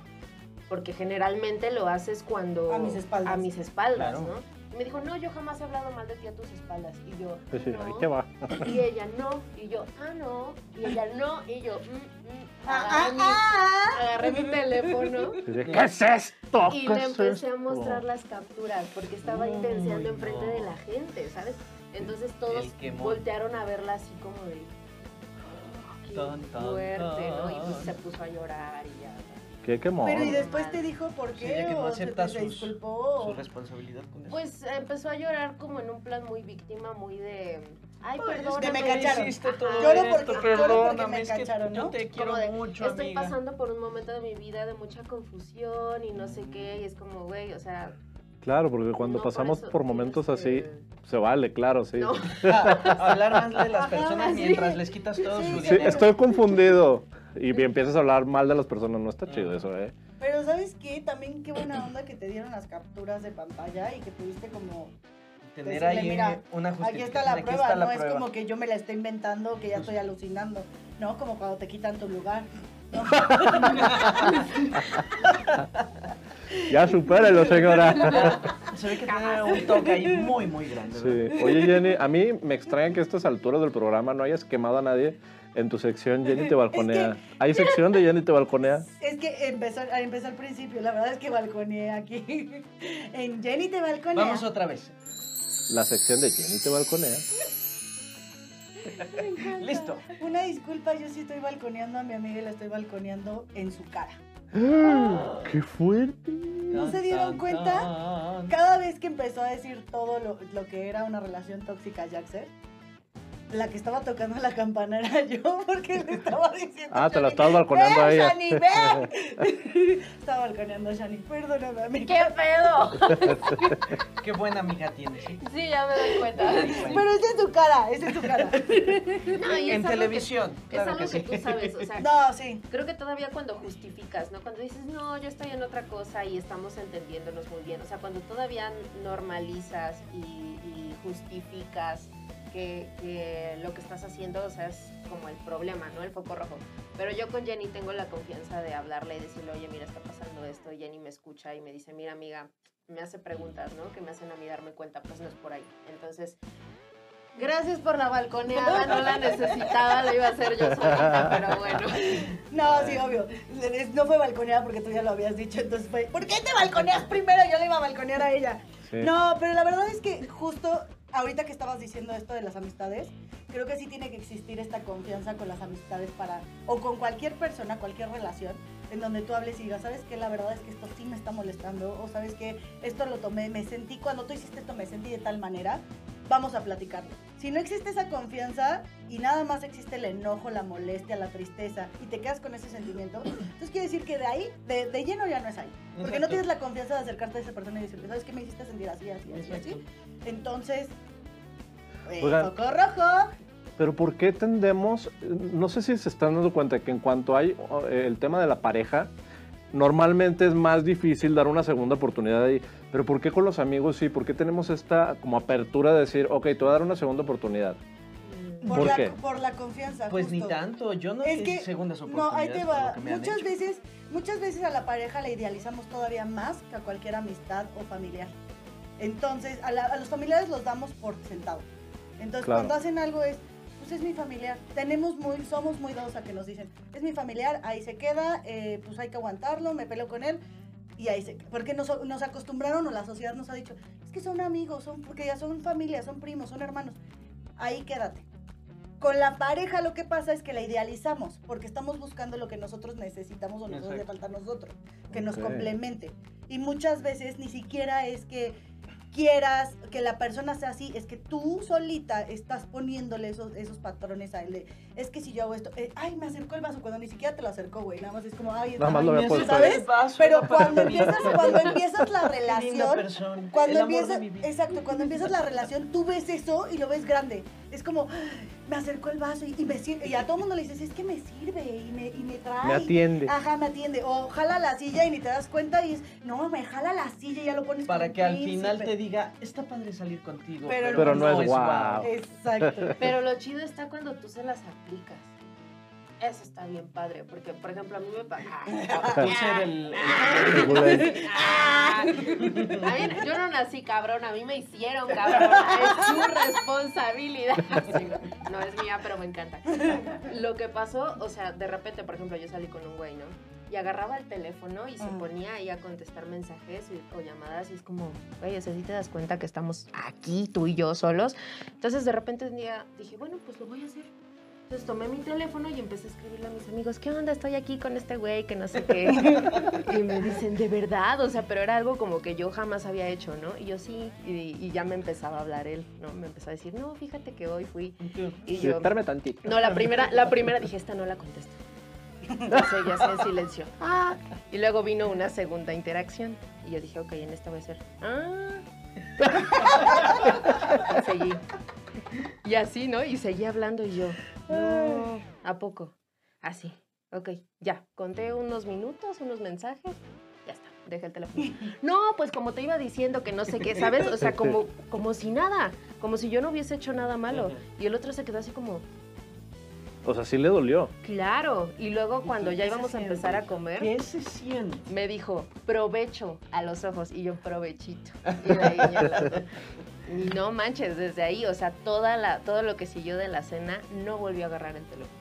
[SPEAKER 7] porque generalmente lo haces cuando...
[SPEAKER 4] A mis espaldas.
[SPEAKER 7] A mis espaldas,
[SPEAKER 5] Claro.
[SPEAKER 7] ¿no? Y me dijo, no, yo jamás he hablado mal de ti a tus espaldas. Y yo,
[SPEAKER 6] Sí, sí,
[SPEAKER 7] "No".
[SPEAKER 6] ahí te va.
[SPEAKER 7] Y ella no, y yo, ah, no, y ella no, y yo, mm, mm.
[SPEAKER 4] Ah,
[SPEAKER 7] agarré, mi,
[SPEAKER 4] ah, ah.
[SPEAKER 7] agarré mi teléfono
[SPEAKER 6] Sí, sí, ¿Qué es esto?
[SPEAKER 7] y
[SPEAKER 6] ¿Qué
[SPEAKER 7] le
[SPEAKER 6] es
[SPEAKER 7] empecé a
[SPEAKER 6] esto?
[SPEAKER 7] mostrar las capturas porque estaba
[SPEAKER 5] Uy,
[SPEAKER 7] intenseando enfrente
[SPEAKER 5] no.
[SPEAKER 7] de la gente, ¿sabes? Entonces todos
[SPEAKER 5] El quemón.
[SPEAKER 7] voltearon a verla así como de. "Oh, "Qué
[SPEAKER 5] Tan, tan,
[SPEAKER 7] fuerte, ¿no? Y pues
[SPEAKER 5] tan.
[SPEAKER 7] se puso a llorar y ya.
[SPEAKER 6] ¿Qué quemó?
[SPEAKER 4] Pero y
[SPEAKER 7] de-
[SPEAKER 4] después te dijo por
[SPEAKER 5] Sí,
[SPEAKER 4] qué
[SPEAKER 5] ella que no
[SPEAKER 4] o se,
[SPEAKER 5] acepta
[SPEAKER 4] se
[SPEAKER 5] sus-
[SPEAKER 4] disculpó.
[SPEAKER 5] Su responsabilidad con eso.
[SPEAKER 7] Pues empezó a llorar como en un plan muy víctima, muy de. Ay, perdón.
[SPEAKER 4] que me cacharon.
[SPEAKER 5] hiciste
[SPEAKER 7] Ajá.
[SPEAKER 5] todo
[SPEAKER 4] Lloro
[SPEAKER 5] esto,
[SPEAKER 4] porque- lloro porque
[SPEAKER 5] perdóname,
[SPEAKER 4] me
[SPEAKER 5] es que
[SPEAKER 4] cacharon,
[SPEAKER 5] yo
[SPEAKER 4] ¿no?
[SPEAKER 5] te quiero
[SPEAKER 7] Como de,
[SPEAKER 5] mucho,
[SPEAKER 7] Estoy
[SPEAKER 5] amiga.
[SPEAKER 7] pasando por un momento de mi vida de mucha confusión y no sé qué, y es como, güey, o sea.
[SPEAKER 6] Claro, porque cuando
[SPEAKER 7] no
[SPEAKER 6] pasamos
[SPEAKER 7] eso
[SPEAKER 6] por,
[SPEAKER 7] tienes
[SPEAKER 6] momentos
[SPEAKER 7] que-
[SPEAKER 6] así, se vale, claro, sí.
[SPEAKER 7] No.
[SPEAKER 5] Hablar más de las
[SPEAKER 7] Ajá,
[SPEAKER 5] personas
[SPEAKER 7] sí.
[SPEAKER 5] mientras les quitas todo
[SPEAKER 4] Sí,
[SPEAKER 5] su
[SPEAKER 4] sí,
[SPEAKER 6] Sí,
[SPEAKER 5] dinero.
[SPEAKER 6] estoy confundido. Y bien, empiezas a hablar mal de las personas. No está chido eso, ¿eh?
[SPEAKER 4] Pero ¿sabes qué? También qué buena onda que te dieron las capturas de pantalla y que tuviste como...
[SPEAKER 5] Tener
[SPEAKER 4] decirle,
[SPEAKER 5] ahí
[SPEAKER 4] "Mira,
[SPEAKER 5] una
[SPEAKER 4] Aquí
[SPEAKER 5] justificación.
[SPEAKER 4] está la
[SPEAKER 5] Pues aquí
[SPEAKER 4] prueba,
[SPEAKER 5] está la
[SPEAKER 4] no es
[SPEAKER 5] prueba". Pues
[SPEAKER 4] como que yo me la estoy inventando, que ya estoy alucinando, ¿no? Como cuando te quitan tu lugar. ¿no?
[SPEAKER 6] Ya supéralo, señora.
[SPEAKER 5] Se ve que tiene un toque ahí muy, muy grande. ¿verdad?
[SPEAKER 6] Sí. Oye, Jenny, a mí me extraña que a estas alturas del programa no hayas quemado a nadie en tu sección Jenny te balconea. ¿Hay sección de Jenny te balconea?
[SPEAKER 4] Es que empezó, ah, empezó al principio, la verdad es que balconeé aquí. en Jenny te balconea.
[SPEAKER 5] Vamos otra vez.
[SPEAKER 6] La sección de Jenny te balconea.
[SPEAKER 5] Listo.
[SPEAKER 4] Una disculpa, yo sí estoy balconeando a mi amiga y la estoy balconeando en su cara.
[SPEAKER 6] ¡Qué fuerte!
[SPEAKER 4] ¿No se dieron cuenta? Cada vez que empezó a decir todo lo, lo que era una relación tóxica, Jaxer, la que estaba tocando la campana era yo porque le estaba diciendo.
[SPEAKER 6] Ah, te la
[SPEAKER 4] Shani,
[SPEAKER 6] estabas balconeando
[SPEAKER 4] "Ven,
[SPEAKER 6] a ella".
[SPEAKER 4] Shani, ven. estaba balconeando a Shani, perdóname, amiga.
[SPEAKER 7] ¿Qué pedo?
[SPEAKER 5] Qué buena amiga tienes. ¿eh? ¿sí?
[SPEAKER 7] Sí, ya me doy cuenta.
[SPEAKER 4] Pero esa es tu cara, esa es tu cara.
[SPEAKER 7] No, y
[SPEAKER 5] en
[SPEAKER 7] es algo que-
[SPEAKER 5] televisión.
[SPEAKER 7] es
[SPEAKER 5] claro
[SPEAKER 7] algo que,
[SPEAKER 5] sí.
[SPEAKER 7] tú sabes, o sea,
[SPEAKER 4] No, sí.
[SPEAKER 7] creo que todavía cuando justificas, ¿no? Cuando dices, no, yo estoy en otra cosa y estamos entendiéndonos muy bien, o sea, cuando todavía normalizas y, y justificas que, que lo que estás haciendo, o sea, es como el problema, ¿no? El foco rojo. Pero yo con Jenny tengo la confianza de hablarle y decirle, oye, mira, está pasando esto, y Jenny me escucha y me dice, mira, amiga, me hace preguntas, ¿no? Que me hacen a mí darme cuenta, pues no es por ahí. Entonces... Gracias por la balconeada, no la necesitaba, la iba a hacer yo solita, pero bueno.
[SPEAKER 4] No, sí, obvio. Es- No fue balconeada porque tú ya lo habías dicho, entonces fue. ¿Por qué te balconeas primero? Yo le iba a balconear a ella.
[SPEAKER 6] Sí.
[SPEAKER 4] No, pero la verdad es que justo ahorita que estabas diciendo esto de las amistades, creo que sí tiene que existir esta confianza con las amistades para, o con cualquier persona, cualquier relación, en donde tú hables y digas, ¿sabes qué? La verdad es que esto sí me está molestando, o ¿sabes qué? Esto lo tomé, me sentí, cuando tú hiciste esto me sentí de tal manera, vamos a platicarlo. Si no existe esa confianza y nada más existe el enojo, la molestia, la tristeza, y te quedas con ese sentimiento, entonces quiere decir que de ahí, de, de lleno ya no es ahí. Porque
[SPEAKER 5] Exacto.
[SPEAKER 4] no tienes la confianza de acercarte a esa persona y decirle, ¿sabes qué me hiciste sentir así, así, así, así? Entonces, eh,
[SPEAKER 6] Oigan.
[SPEAKER 4] foco rojo.
[SPEAKER 6] Pero ¿por qué tendemos, no sé si se están dando cuenta que en cuanto hay o, eh, el tema de la pareja, normalmente es más difícil dar una segunda oportunidad ahí. Pero ¿por qué con los amigos sí? ¿Por qué tenemos esta como apertura de decir, ok, te voy a dar una segunda oportunidad?
[SPEAKER 4] Por,
[SPEAKER 6] ¿Por
[SPEAKER 4] la,
[SPEAKER 6] qué?
[SPEAKER 4] por la confianza.
[SPEAKER 5] Pues
[SPEAKER 4] justo.
[SPEAKER 5] ni tanto, yo no
[SPEAKER 4] Es
[SPEAKER 5] sé
[SPEAKER 4] que-
[SPEAKER 5] segundas
[SPEAKER 4] No, ahí
[SPEAKER 5] oportunidades.
[SPEAKER 4] te
[SPEAKER 5] por lo
[SPEAKER 4] va.
[SPEAKER 5] que me han
[SPEAKER 4] Muchas
[SPEAKER 5] hecho.
[SPEAKER 4] veces, muchas veces a la pareja la idealizamos todavía más que a cualquier amistad o familiar. Entonces, a, la- a los familiares los damos por sentado. Entonces,
[SPEAKER 6] Claro.
[SPEAKER 4] cuando hacen algo es, pues es mi familiar. Tenemos muy, somos muy dados a que nos dicen, es mi familiar, ahí se queda, eh, pues hay que aguantarlo, me peleo con él. Y ahí se, porque nos, nos acostumbraron o la sociedad nos ha dicho, es que son amigos, son, porque ya son familia, son primos, son hermanos. Ahí quédate. Con la pareja lo que pasa es que la idealizamos, porque estamos buscando lo que nosotros necesitamos o nos hace
[SPEAKER 5] Exacto.
[SPEAKER 4] falta a nosotros, que nos
[SPEAKER 6] Ok.
[SPEAKER 4] complemente. Y muchas veces ni siquiera es que quieras que la persona sea así, es que tú solita estás poniéndole esos, esos patrones a él. de, es que si yo hago esto, eh, ay, me acercó el vaso cuando ni siquiera te lo acercó, güey, nada más es como, ay,
[SPEAKER 6] Nada más
[SPEAKER 4] ay,
[SPEAKER 6] lo
[SPEAKER 4] me
[SPEAKER 6] había puesto.
[SPEAKER 4] ¿sabes?
[SPEAKER 5] El vaso
[SPEAKER 4] Pero
[SPEAKER 5] era para
[SPEAKER 4] cuando
[SPEAKER 5] mí.
[SPEAKER 4] empiezas, cuando empiezas la
[SPEAKER 5] Qué linda
[SPEAKER 4] relación,
[SPEAKER 5] persona,
[SPEAKER 4] cuando
[SPEAKER 5] el amor de
[SPEAKER 4] empiezas,
[SPEAKER 5] mi vida.
[SPEAKER 4] exacto, cuando empiezas la relación, tú ves eso y lo ves grande. Es como, me acercó el vaso y, y me sirve. Y a todo mundo le dices, es que me sirve y me, y me trae.
[SPEAKER 2] Me atiende.
[SPEAKER 4] Ajá, me atiende. O jala la silla y ni te das cuenta y es, no, me jala la silla y ya lo pones
[SPEAKER 5] Para
[SPEAKER 4] como
[SPEAKER 5] que al
[SPEAKER 4] príncipe.
[SPEAKER 5] final te diga, está padre salir contigo.
[SPEAKER 4] Pero
[SPEAKER 6] Pero no es guau.
[SPEAKER 4] Exacto.
[SPEAKER 7] Pero lo chido está cuando tú se las aplicas. Eso está bien padre, porque por ejemplo a mí me Ah, pasa.
[SPEAKER 5] Por ser el-
[SPEAKER 7] ah,
[SPEAKER 5] el-
[SPEAKER 7] A mí- yo no nací cabrón, a mí me hicieron cabrón. Es su responsabilidad. Sí, no, no es mía, pero me encanta. Lo que pasó, o sea, de repente, por ejemplo, yo salí con un güey, ¿no? Y agarraba el teléfono y se
[SPEAKER 4] Ah.
[SPEAKER 7] ponía ahí a contestar mensajes y- o llamadas y es como, oye, o sea, si te das cuenta que estamos aquí, tú y yo solos. Entonces de repente un día dije, bueno, pues lo voy a hacer. Entonces tomé mi teléfono y empecé a escribirle a mis amigos, ¿qué onda? Estoy aquí con este güey que no sé qué. y me dicen, de verdad, o sea, pero era algo como que yo jamás había hecho, ¿no? Y yo sí, y, y ya me empezaba a hablar él, ¿no? Me empezó a decir, no, fíjate que hoy fui. Y yo,
[SPEAKER 2] Espérame tantito.
[SPEAKER 7] no, la primera, la primera dije, esta no la contesto. Entonces ya sé en silencio. Ah. Y luego vino una segunda interacción. Y yo dije, ok, en esta voy a hacer. Ah. Y seguí. Y así, ¿no? Y seguí hablando y yo. No, ¿a poco? Así. Ok, ya. Conté unos minutos, unos mensajes. Ya está. Dejé el teléfono. No, pues como te iba diciendo que no sé qué, ¿sabes? O sea, como, como si nada. Como si yo no hubiese hecho nada malo. Y el otro se quedó así como.
[SPEAKER 6] O sea, sí le dolió.
[SPEAKER 7] Claro, y luego cuando
[SPEAKER 5] ¿Y
[SPEAKER 7] ya
[SPEAKER 5] qué
[SPEAKER 7] íbamos
[SPEAKER 5] se
[SPEAKER 7] a empezar a
[SPEAKER 5] siente?
[SPEAKER 7] comer,
[SPEAKER 5] ¿Qué se siente?
[SPEAKER 7] me dijo, provecho a los ojos, y yo, provechito. Y me guiñó. Y no manches, desde ahí, o sea, toda la, todo lo que siguió de la cena no volvió a agarrar el teléfono.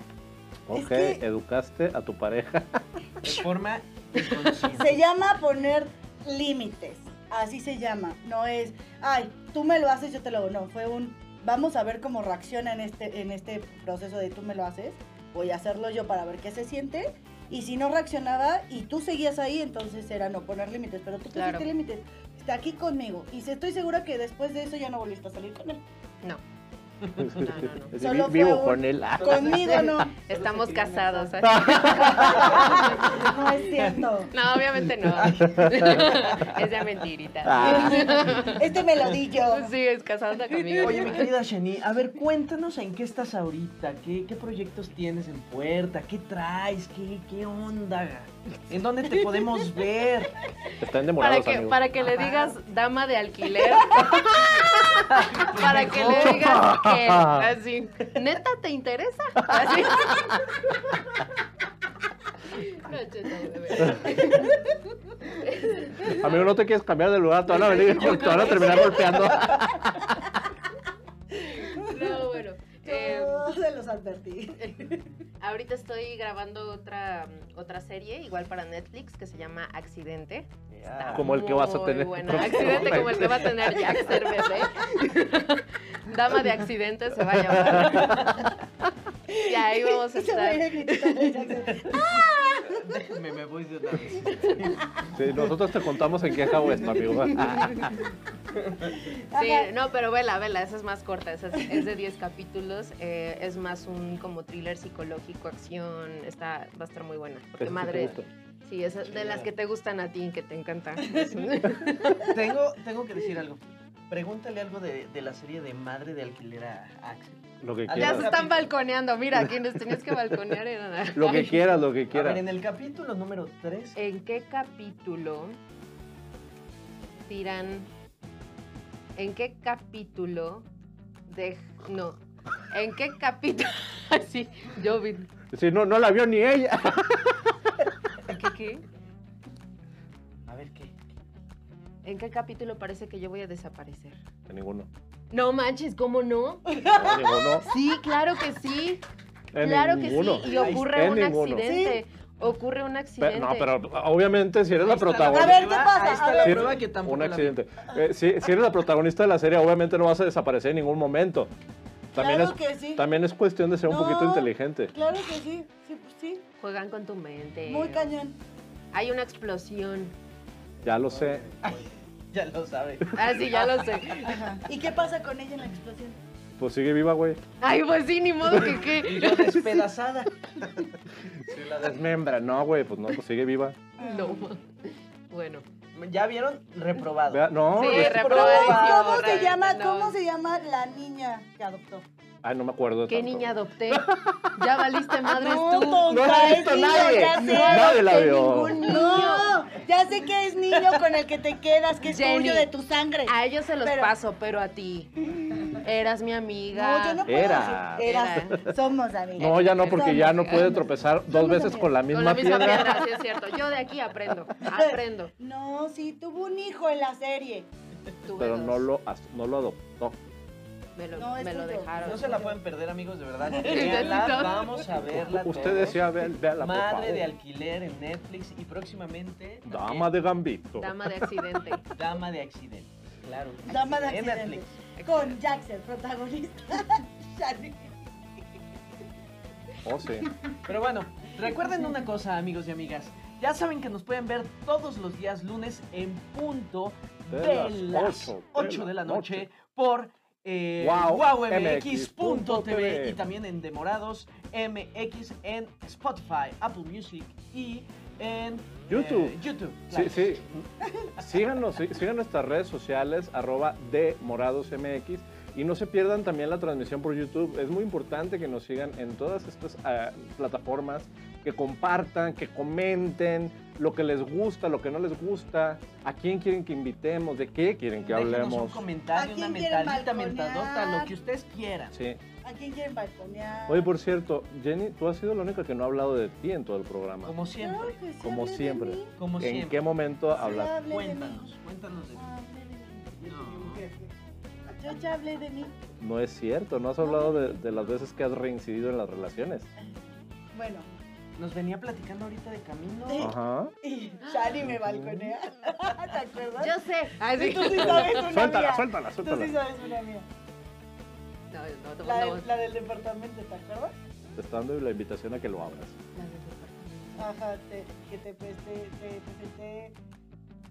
[SPEAKER 6] Ok,
[SPEAKER 4] que-
[SPEAKER 6] educaste a tu pareja.
[SPEAKER 5] De forma inconsciente.
[SPEAKER 4] Se llama poner límites. Así se llama. No es, ay, tú me lo haces, yo te lo hago. No, fue un, vamos a ver cómo reacciona en este, en este proceso de tú me lo haces. Voy a hacerlo yo para ver qué se siente. Y si no reaccionaba y tú seguías ahí, entonces era no poner límites. Pero tú pusiste
[SPEAKER 7] Claro.
[SPEAKER 4] límites. Está aquí conmigo. Y se- estoy segura que después de eso ya no volviste a salir con él.
[SPEAKER 7] No. No, no, no.
[SPEAKER 6] Es
[SPEAKER 4] Solo
[SPEAKER 6] decir,
[SPEAKER 4] fue
[SPEAKER 6] vivo
[SPEAKER 4] un-
[SPEAKER 6] con él. Ah,
[SPEAKER 4] Conmigo no.
[SPEAKER 7] Estamos casados. ¿eh?
[SPEAKER 4] No es cierto.
[SPEAKER 7] No, obviamente no. Es de
[SPEAKER 5] Ah.
[SPEAKER 7] mentirita.
[SPEAKER 4] Este me lo di yo.
[SPEAKER 7] Sí, es casada conmigo.
[SPEAKER 5] Oye, mi querida Shani, a ver, cuéntanos en qué estás ahorita, qué, qué proyectos tienes en puerta, qué traes, qué, qué onda, en dónde te podemos ver.
[SPEAKER 6] Están
[SPEAKER 7] Para
[SPEAKER 6] demorados,
[SPEAKER 7] que,
[SPEAKER 6] amigos.
[SPEAKER 7] para que le digas dama de alquiler. para que le digas que así. ¿Neta te interesa? Así. No, cheta, de verdad.
[SPEAKER 6] Amigo, no te quieres cambiar de lugar, te van a venir, te van a terminar golpeando.
[SPEAKER 7] No, bueno. eh,
[SPEAKER 4] Yo se los advertí.
[SPEAKER 5] eh,
[SPEAKER 7] ahorita estoy grabando otra, mm, otra serie, igual para Netflix, que se llama Accidente. Está
[SPEAKER 6] Como el que vas a tener
[SPEAKER 7] Muy buena. Accidente como el que va a tener Jack Cervete. Dama de accidente se va a llamar. Y ahí vamos a
[SPEAKER 4] Se va a
[SPEAKER 7] estar.
[SPEAKER 4] ir gritando de Jackson.
[SPEAKER 5] Déjame, me voy de una vez.
[SPEAKER 6] Sí, nosotros te contamos en qué acabó esto, amigo. Este,
[SPEAKER 7] Sí,
[SPEAKER 4] Ajá.
[SPEAKER 7] no, pero vela, vela, esa es más corta, esa es, es de 10 capítulos, eh, es más un como thriller psicológico, acción, está, va a estar muy buena. Porque
[SPEAKER 6] Eso sí te
[SPEAKER 7] madre,
[SPEAKER 6] gusta.
[SPEAKER 7] sí, es de las que te gustan a ti, que te encanta.
[SPEAKER 5] Tengo, tengo que decir algo. Pregúntale algo de, de la serie de Madre de Alquiler a Axel.
[SPEAKER 6] Lo que
[SPEAKER 5] Ya
[SPEAKER 7] ya se
[SPEAKER 6] quieras.
[SPEAKER 7] están balconeando, mira, quienes tenías que balconear eran a-
[SPEAKER 6] Lo que quieras, lo que
[SPEAKER 5] A ver,
[SPEAKER 6] quieras.
[SPEAKER 5] en el capítulo número 3,
[SPEAKER 7] ¿En qué capítulo tiran? ¿En qué capítulo de no? ¿En qué capítulo? Así, yo vi.
[SPEAKER 6] Sí, no, no la vio ni ella.
[SPEAKER 7] ¿En qué qué?
[SPEAKER 5] a ver qué.
[SPEAKER 7] ¿En qué capítulo parece que yo voy a desaparecer?
[SPEAKER 6] En ninguno.
[SPEAKER 7] No manches, ¿cómo no?
[SPEAKER 6] No, en ninguno.
[SPEAKER 7] Sí, claro que sí.
[SPEAKER 6] En
[SPEAKER 7] claro
[SPEAKER 6] ninguno.
[SPEAKER 7] que sí. Y ocurre
[SPEAKER 6] En
[SPEAKER 7] un
[SPEAKER 6] ninguno.
[SPEAKER 7] accidente. Ocurre un accidente.
[SPEAKER 6] Pero- no, pero obviamente si eres la
[SPEAKER 5] Ahí está
[SPEAKER 6] protagonista.
[SPEAKER 4] A ver, ¿qué
[SPEAKER 5] prueba,
[SPEAKER 4] pasa?
[SPEAKER 5] Ahí está
[SPEAKER 4] A
[SPEAKER 5] la
[SPEAKER 4] ver.
[SPEAKER 5] prueba que tampoco
[SPEAKER 6] un
[SPEAKER 5] la vi.
[SPEAKER 6] accidente. Eh, si, si eres la protagonista de la serie, obviamente no vas a desaparecer en ningún momento. También,
[SPEAKER 4] Claro
[SPEAKER 6] es,
[SPEAKER 4] que sí.
[SPEAKER 6] también es cuestión de ser
[SPEAKER 4] No.
[SPEAKER 6] un poquito inteligente.
[SPEAKER 4] Claro que sí, sí, pues sí.
[SPEAKER 7] Juegan con tu mente.
[SPEAKER 4] Muy cañón.
[SPEAKER 7] Hay una explosión.
[SPEAKER 6] Ya lo sé.
[SPEAKER 5] Ya lo sabe.
[SPEAKER 7] Ah, sí, ya lo sé.
[SPEAKER 4] ¿Y qué pasa con ella en la explosión?
[SPEAKER 6] Pues sigue viva, güey.
[SPEAKER 7] Ay, pues sí, ni modo que
[SPEAKER 5] Y
[SPEAKER 7] qué.
[SPEAKER 5] yo despedazada. Sí, la des-
[SPEAKER 6] Desmembra. No, güey, pues no, pues sigue viva.
[SPEAKER 7] No. ma. Bueno.
[SPEAKER 5] Ya vieron, reprobado.
[SPEAKER 6] Vea- no,
[SPEAKER 7] Sí,
[SPEAKER 6] es-
[SPEAKER 7] re-
[SPEAKER 4] ¿Cómo,
[SPEAKER 7] Reprobadísimo,
[SPEAKER 4] cómo se
[SPEAKER 7] realmente
[SPEAKER 4] llama,
[SPEAKER 7] no.
[SPEAKER 4] cómo se llama la niña que adoptó?
[SPEAKER 6] Ay, no me acuerdo. de
[SPEAKER 7] ¿Qué
[SPEAKER 6] tanto.
[SPEAKER 7] niña adopté? Ya valiste madres
[SPEAKER 4] No,
[SPEAKER 7] tú.
[SPEAKER 4] Tom,
[SPEAKER 6] No la ha visto
[SPEAKER 4] tranquilo,
[SPEAKER 6] nadie.
[SPEAKER 4] ya sé.
[SPEAKER 6] Nadie la vio.
[SPEAKER 7] Ningún niño.
[SPEAKER 4] No, ya sé que es niño con el que te quedas, que es
[SPEAKER 7] Jenny,
[SPEAKER 4] tuyo de tu sangre.
[SPEAKER 7] A ellos se los
[SPEAKER 4] Pero-
[SPEAKER 7] paso, pero a ti. Eras mi amiga.
[SPEAKER 4] No, yo no puedo
[SPEAKER 6] Era.
[SPEAKER 4] decir, eras. Somos amigas.
[SPEAKER 6] No, ya no, porque ya no puede
[SPEAKER 4] Somos-
[SPEAKER 6] tropezar dos veces con la
[SPEAKER 7] Con
[SPEAKER 6] misma
[SPEAKER 7] la misma
[SPEAKER 6] piedra.
[SPEAKER 7] piedra, sí es cierto. Yo de aquí aprendo, aprendo.
[SPEAKER 4] No, sí, tuvo un hijo en la serie.
[SPEAKER 7] Tuve
[SPEAKER 6] Pero
[SPEAKER 7] dos.
[SPEAKER 6] no lo, as- no lo adoptó.
[SPEAKER 7] Me lo,
[SPEAKER 4] No, es
[SPEAKER 7] me lo
[SPEAKER 4] tuyo.
[SPEAKER 7] dejaron.
[SPEAKER 5] No se la pueden perder, amigos, de verdad.
[SPEAKER 7] Intentito.
[SPEAKER 5] Véanla, vamos a verla.
[SPEAKER 6] Ustedes
[SPEAKER 5] todos.
[SPEAKER 6] ya vean, la por
[SPEAKER 5] Madre
[SPEAKER 6] favor.
[SPEAKER 5] de alquiler en Netflix y próximamente.
[SPEAKER 6] Dama de Gambito.
[SPEAKER 7] Dama de accidente.
[SPEAKER 5] también Dama de accidentes. Claro.
[SPEAKER 4] Dama de
[SPEAKER 5] En
[SPEAKER 4] accidentes.
[SPEAKER 5] Netflix.
[SPEAKER 4] Con Jackson, protagonista. Shani.
[SPEAKER 6] Oh, sí.
[SPEAKER 5] Pero bueno, recuerden una cosa, amigos y amigas. Ya saben que nos pueden ver todos los días lunes en punto de, las 8, de la noche por eh,
[SPEAKER 6] Wow,
[SPEAKER 5] wowmx.tv
[SPEAKER 6] MX.tv.
[SPEAKER 5] y también en Demorados MX en Spotify, Apple Music y en
[SPEAKER 6] YouTube.
[SPEAKER 5] eh, YouTube.
[SPEAKER 6] Sí,
[SPEAKER 5] claro.
[SPEAKER 6] sí. Síganos, sí, sigan nuestras redes sociales, arroba demoradosmx. Y no se pierdan también la transmisión por YouTube. Es muy importante que nos sigan en todas estas ah, plataformas, que compartan, que comenten lo que les gusta, lo que no les gusta, a quién quieren que invitemos, de qué quieren que
[SPEAKER 5] Déjenos un
[SPEAKER 6] hablemos.
[SPEAKER 5] comentario,
[SPEAKER 4] ¿A
[SPEAKER 5] una
[SPEAKER 4] quién quieren
[SPEAKER 5] mentadita,
[SPEAKER 4] balconear?
[SPEAKER 5] mentadota, lo que ustedes quieran.
[SPEAKER 6] Sí.
[SPEAKER 4] ¿A quién quieren balconear?
[SPEAKER 6] Oye, por cierto, Jenny, tú has sido la única que no ha hablado de ti en todo el programa.
[SPEAKER 5] Como
[SPEAKER 4] Claro
[SPEAKER 5] siempre,
[SPEAKER 4] que sí,
[SPEAKER 6] Como
[SPEAKER 4] hablen de
[SPEAKER 6] siempre.
[SPEAKER 4] mí.
[SPEAKER 5] como
[SPEAKER 6] ¿En
[SPEAKER 5] siempre.
[SPEAKER 6] qué momento hablaste?
[SPEAKER 4] Hablen de mí.
[SPEAKER 5] Cuéntanos, cuéntanos de ti.
[SPEAKER 4] Hablen de mí.
[SPEAKER 5] No.
[SPEAKER 4] Yo ya hablé de mí.
[SPEAKER 6] No es cierto, no has hablado de, de las veces que has reincidido en las relaciones.
[SPEAKER 4] Bueno,
[SPEAKER 5] Nos venía platicando ahorita de camino.
[SPEAKER 4] Sí.
[SPEAKER 6] Ajá.
[SPEAKER 4] y Shani me balconea. ¿Te acuerdas?
[SPEAKER 7] Ah. Yo sé. Ay, sí.
[SPEAKER 4] Tú sí sabes una mía.
[SPEAKER 6] Suéltala, suéltala,
[SPEAKER 4] Tú sí
[SPEAKER 6] suéltala.
[SPEAKER 4] sabes una mía.
[SPEAKER 7] No, no, no,
[SPEAKER 4] La,
[SPEAKER 7] no.
[SPEAKER 4] la del departamento, ¿te acuerdas?
[SPEAKER 6] Te está dando la invitación a que lo abras.
[SPEAKER 4] Ajá, te- que te presté, te presenté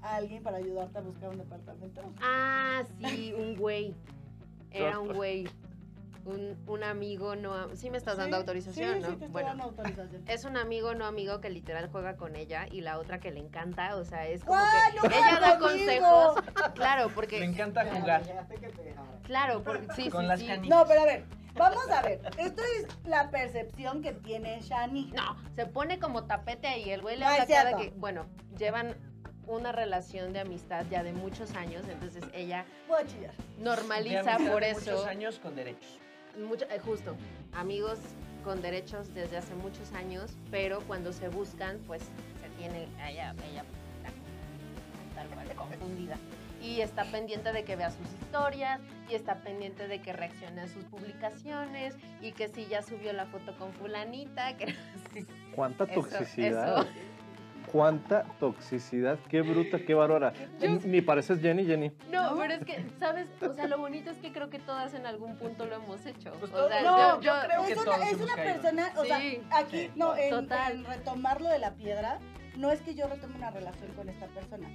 [SPEAKER 4] a alguien para ayudarte a buscar un departamento.
[SPEAKER 7] Ah, sí, un güey. Era un güey. Un, un amigo no... am- Sí me estás dando
[SPEAKER 4] Sí,
[SPEAKER 7] autorización,
[SPEAKER 4] sí,
[SPEAKER 7] ¿no?
[SPEAKER 4] Sí, te estoy
[SPEAKER 7] bueno.
[SPEAKER 4] dando autorización.
[SPEAKER 7] Es un amigo no amigo que literal juega con ella y la otra que le encanta, o sea, es como
[SPEAKER 4] ¡Ah,
[SPEAKER 7] que
[SPEAKER 4] no juega
[SPEAKER 7] ella da
[SPEAKER 4] conmigo!
[SPEAKER 7] consejos. Claro,
[SPEAKER 5] Me
[SPEAKER 7] porque
[SPEAKER 5] encanta jugar.
[SPEAKER 7] claro, porque sí,
[SPEAKER 5] Con
[SPEAKER 7] sí,
[SPEAKER 5] las
[SPEAKER 7] sí.
[SPEAKER 5] canitas.
[SPEAKER 4] No, pero a ver, vamos a ver. Esto es la percepción que tiene Shani.
[SPEAKER 7] No, se pone como tapete y el güey le
[SPEAKER 4] No,
[SPEAKER 7] habla
[SPEAKER 4] es
[SPEAKER 7] cada
[SPEAKER 4] cierto.
[SPEAKER 7] que, bueno, llevan una relación de amistad ya de muchos años, entonces ella
[SPEAKER 4] Puedo chillar.
[SPEAKER 5] De
[SPEAKER 7] normaliza
[SPEAKER 5] amistad
[SPEAKER 7] por
[SPEAKER 5] de
[SPEAKER 7] eso
[SPEAKER 5] Muchos años con derechos.
[SPEAKER 7] mucho- eh, justo amigos con derechos desde hace muchos años, pero cuando se buscan, pues se tiene a ella, a ella tal cual confundida. Y está pendiente de que vea sus historias, y está pendiente de que reaccione a sus publicaciones, y que si ya subió la foto con fulanita, que
[SPEAKER 6] ¿Cuánta
[SPEAKER 7] Eso,
[SPEAKER 6] toxicidad?
[SPEAKER 7] eso.
[SPEAKER 6] ¿Cuánta toxicidad? Qué bruta, qué bárbara. Ni pareces Jenny, Jenny.
[SPEAKER 7] No, pero es que, ¿sabes? O sea, lo bonito es que creo que todas en algún punto lo hemos hecho.
[SPEAKER 5] Pues
[SPEAKER 7] o sea,
[SPEAKER 5] todos.
[SPEAKER 7] yo, yo-
[SPEAKER 5] No, yo creo que
[SPEAKER 4] es
[SPEAKER 5] todos
[SPEAKER 4] una, es
[SPEAKER 5] hemos
[SPEAKER 4] una
[SPEAKER 5] caído.
[SPEAKER 4] persona, o
[SPEAKER 7] Sí.
[SPEAKER 4] sea, aquí,
[SPEAKER 5] Sí.
[SPEAKER 4] no, en,
[SPEAKER 7] Total.
[SPEAKER 4] en retomarlo de la piedra, no es que yo retome una relación con esta persona.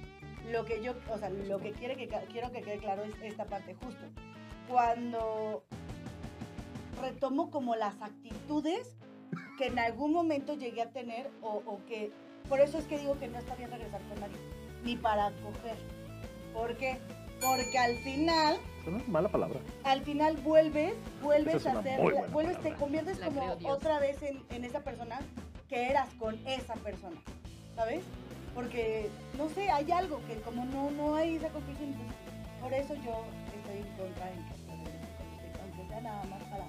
[SPEAKER 4] Lo que yo, o sea, lo que, quiere que ca- quiero que quede claro es esta parte justo. Cuando retomo como las actitudes que en algún momento llegué a tener o, o que, por eso es que digo que no está bien regresar con nadie, ni para coger. ¿Por qué? Porque al final
[SPEAKER 6] Es una mala palabra.
[SPEAKER 4] al final vuelves, vuelves
[SPEAKER 6] Esa es
[SPEAKER 4] a
[SPEAKER 6] una
[SPEAKER 4] hacer,
[SPEAKER 6] muy buena
[SPEAKER 4] vuelves, te
[SPEAKER 6] palabra.
[SPEAKER 4] conviertes
[SPEAKER 7] La
[SPEAKER 4] como
[SPEAKER 7] creo, Dios.
[SPEAKER 4] otra vez en, en esa persona que eras con esa persona, ¿sabes? Porque, no sé, hay algo que como no, no hay esa conclusión, entonces, por eso yo estoy en contra en que se aunque sea nada más para...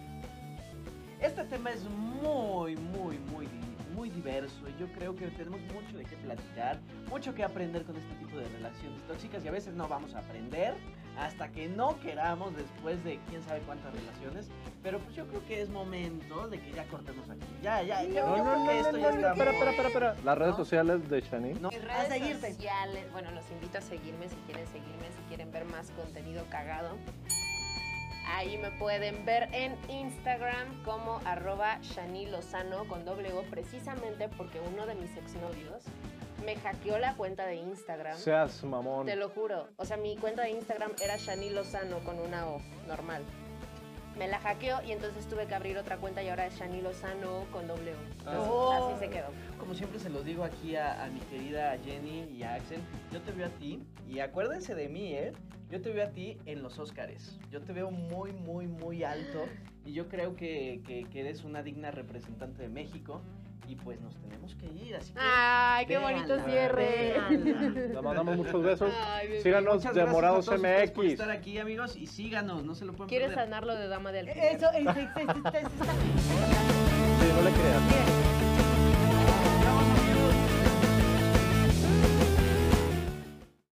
[SPEAKER 5] Este tema es muy, muy, muy, di- muy diverso. y Yo creo que tenemos mucho de qué platicar, mucho que aprender con este tipo de relaciones tóxicas y a veces no vamos a aprender hasta que no queramos después de quién sabe cuántas relaciones. Pero pues yo creo que es momento de que ya cortemos aquí. Ya, ya, ya.
[SPEAKER 4] No,
[SPEAKER 5] yo creo que esto ya está.
[SPEAKER 6] Espera, espera, espera, espera. Las redes
[SPEAKER 5] ¿No?
[SPEAKER 6] sociales de Shani.
[SPEAKER 5] No.
[SPEAKER 7] mis redes
[SPEAKER 4] seguirte.
[SPEAKER 7] sociales, bueno, los invito a seguirme si quieren seguirme, si quieren ver más contenido cagado. Ahí me pueden ver en Instagram como arroba Shani Lozano con doble O, precisamente porque uno de mis exnovios me hackeó la cuenta de Instagram.
[SPEAKER 6] Seas mamón.
[SPEAKER 7] Te lo juro. O sea, mi cuenta de Instagram era Shani Lozano con una O, normal. Me la hackeó y entonces tuve que abrir otra cuenta y ahora es Shani Lozano con doble O. Entonces,
[SPEAKER 5] Oh.
[SPEAKER 7] Así se quedó.
[SPEAKER 5] Como siempre se los digo aquí a, a mi querida Jenny y a Axel, yo te veo a ti y acuérdense de mí, ¿eh? Yo te veo a ti en los Óscares. Yo te veo muy, muy, muy alto. Y yo creo que, que- que eres una digna representante de México. Y pues nos tenemos que ir, así que.
[SPEAKER 7] Ay, qué
[SPEAKER 5] véanla,
[SPEAKER 7] bonito cierre.
[SPEAKER 5] véanla.
[SPEAKER 6] Les mandamos muchos besos.
[SPEAKER 7] Ay, bebé.
[SPEAKER 6] Síganos
[SPEAKER 5] Muchas
[SPEAKER 6] de
[SPEAKER 5] gracias a
[SPEAKER 6] Morados
[SPEAKER 5] todos ustedes por
[SPEAKER 6] MX.
[SPEAKER 5] estar aquí, amigos, y síganos, no se lo pueden
[SPEAKER 7] ¿Quieres
[SPEAKER 5] perder.
[SPEAKER 7] sanarlo de dama del
[SPEAKER 4] Eso, es- es- es- es- es- es-
[SPEAKER 6] Sí, no le creas.
[SPEAKER 4] Bien.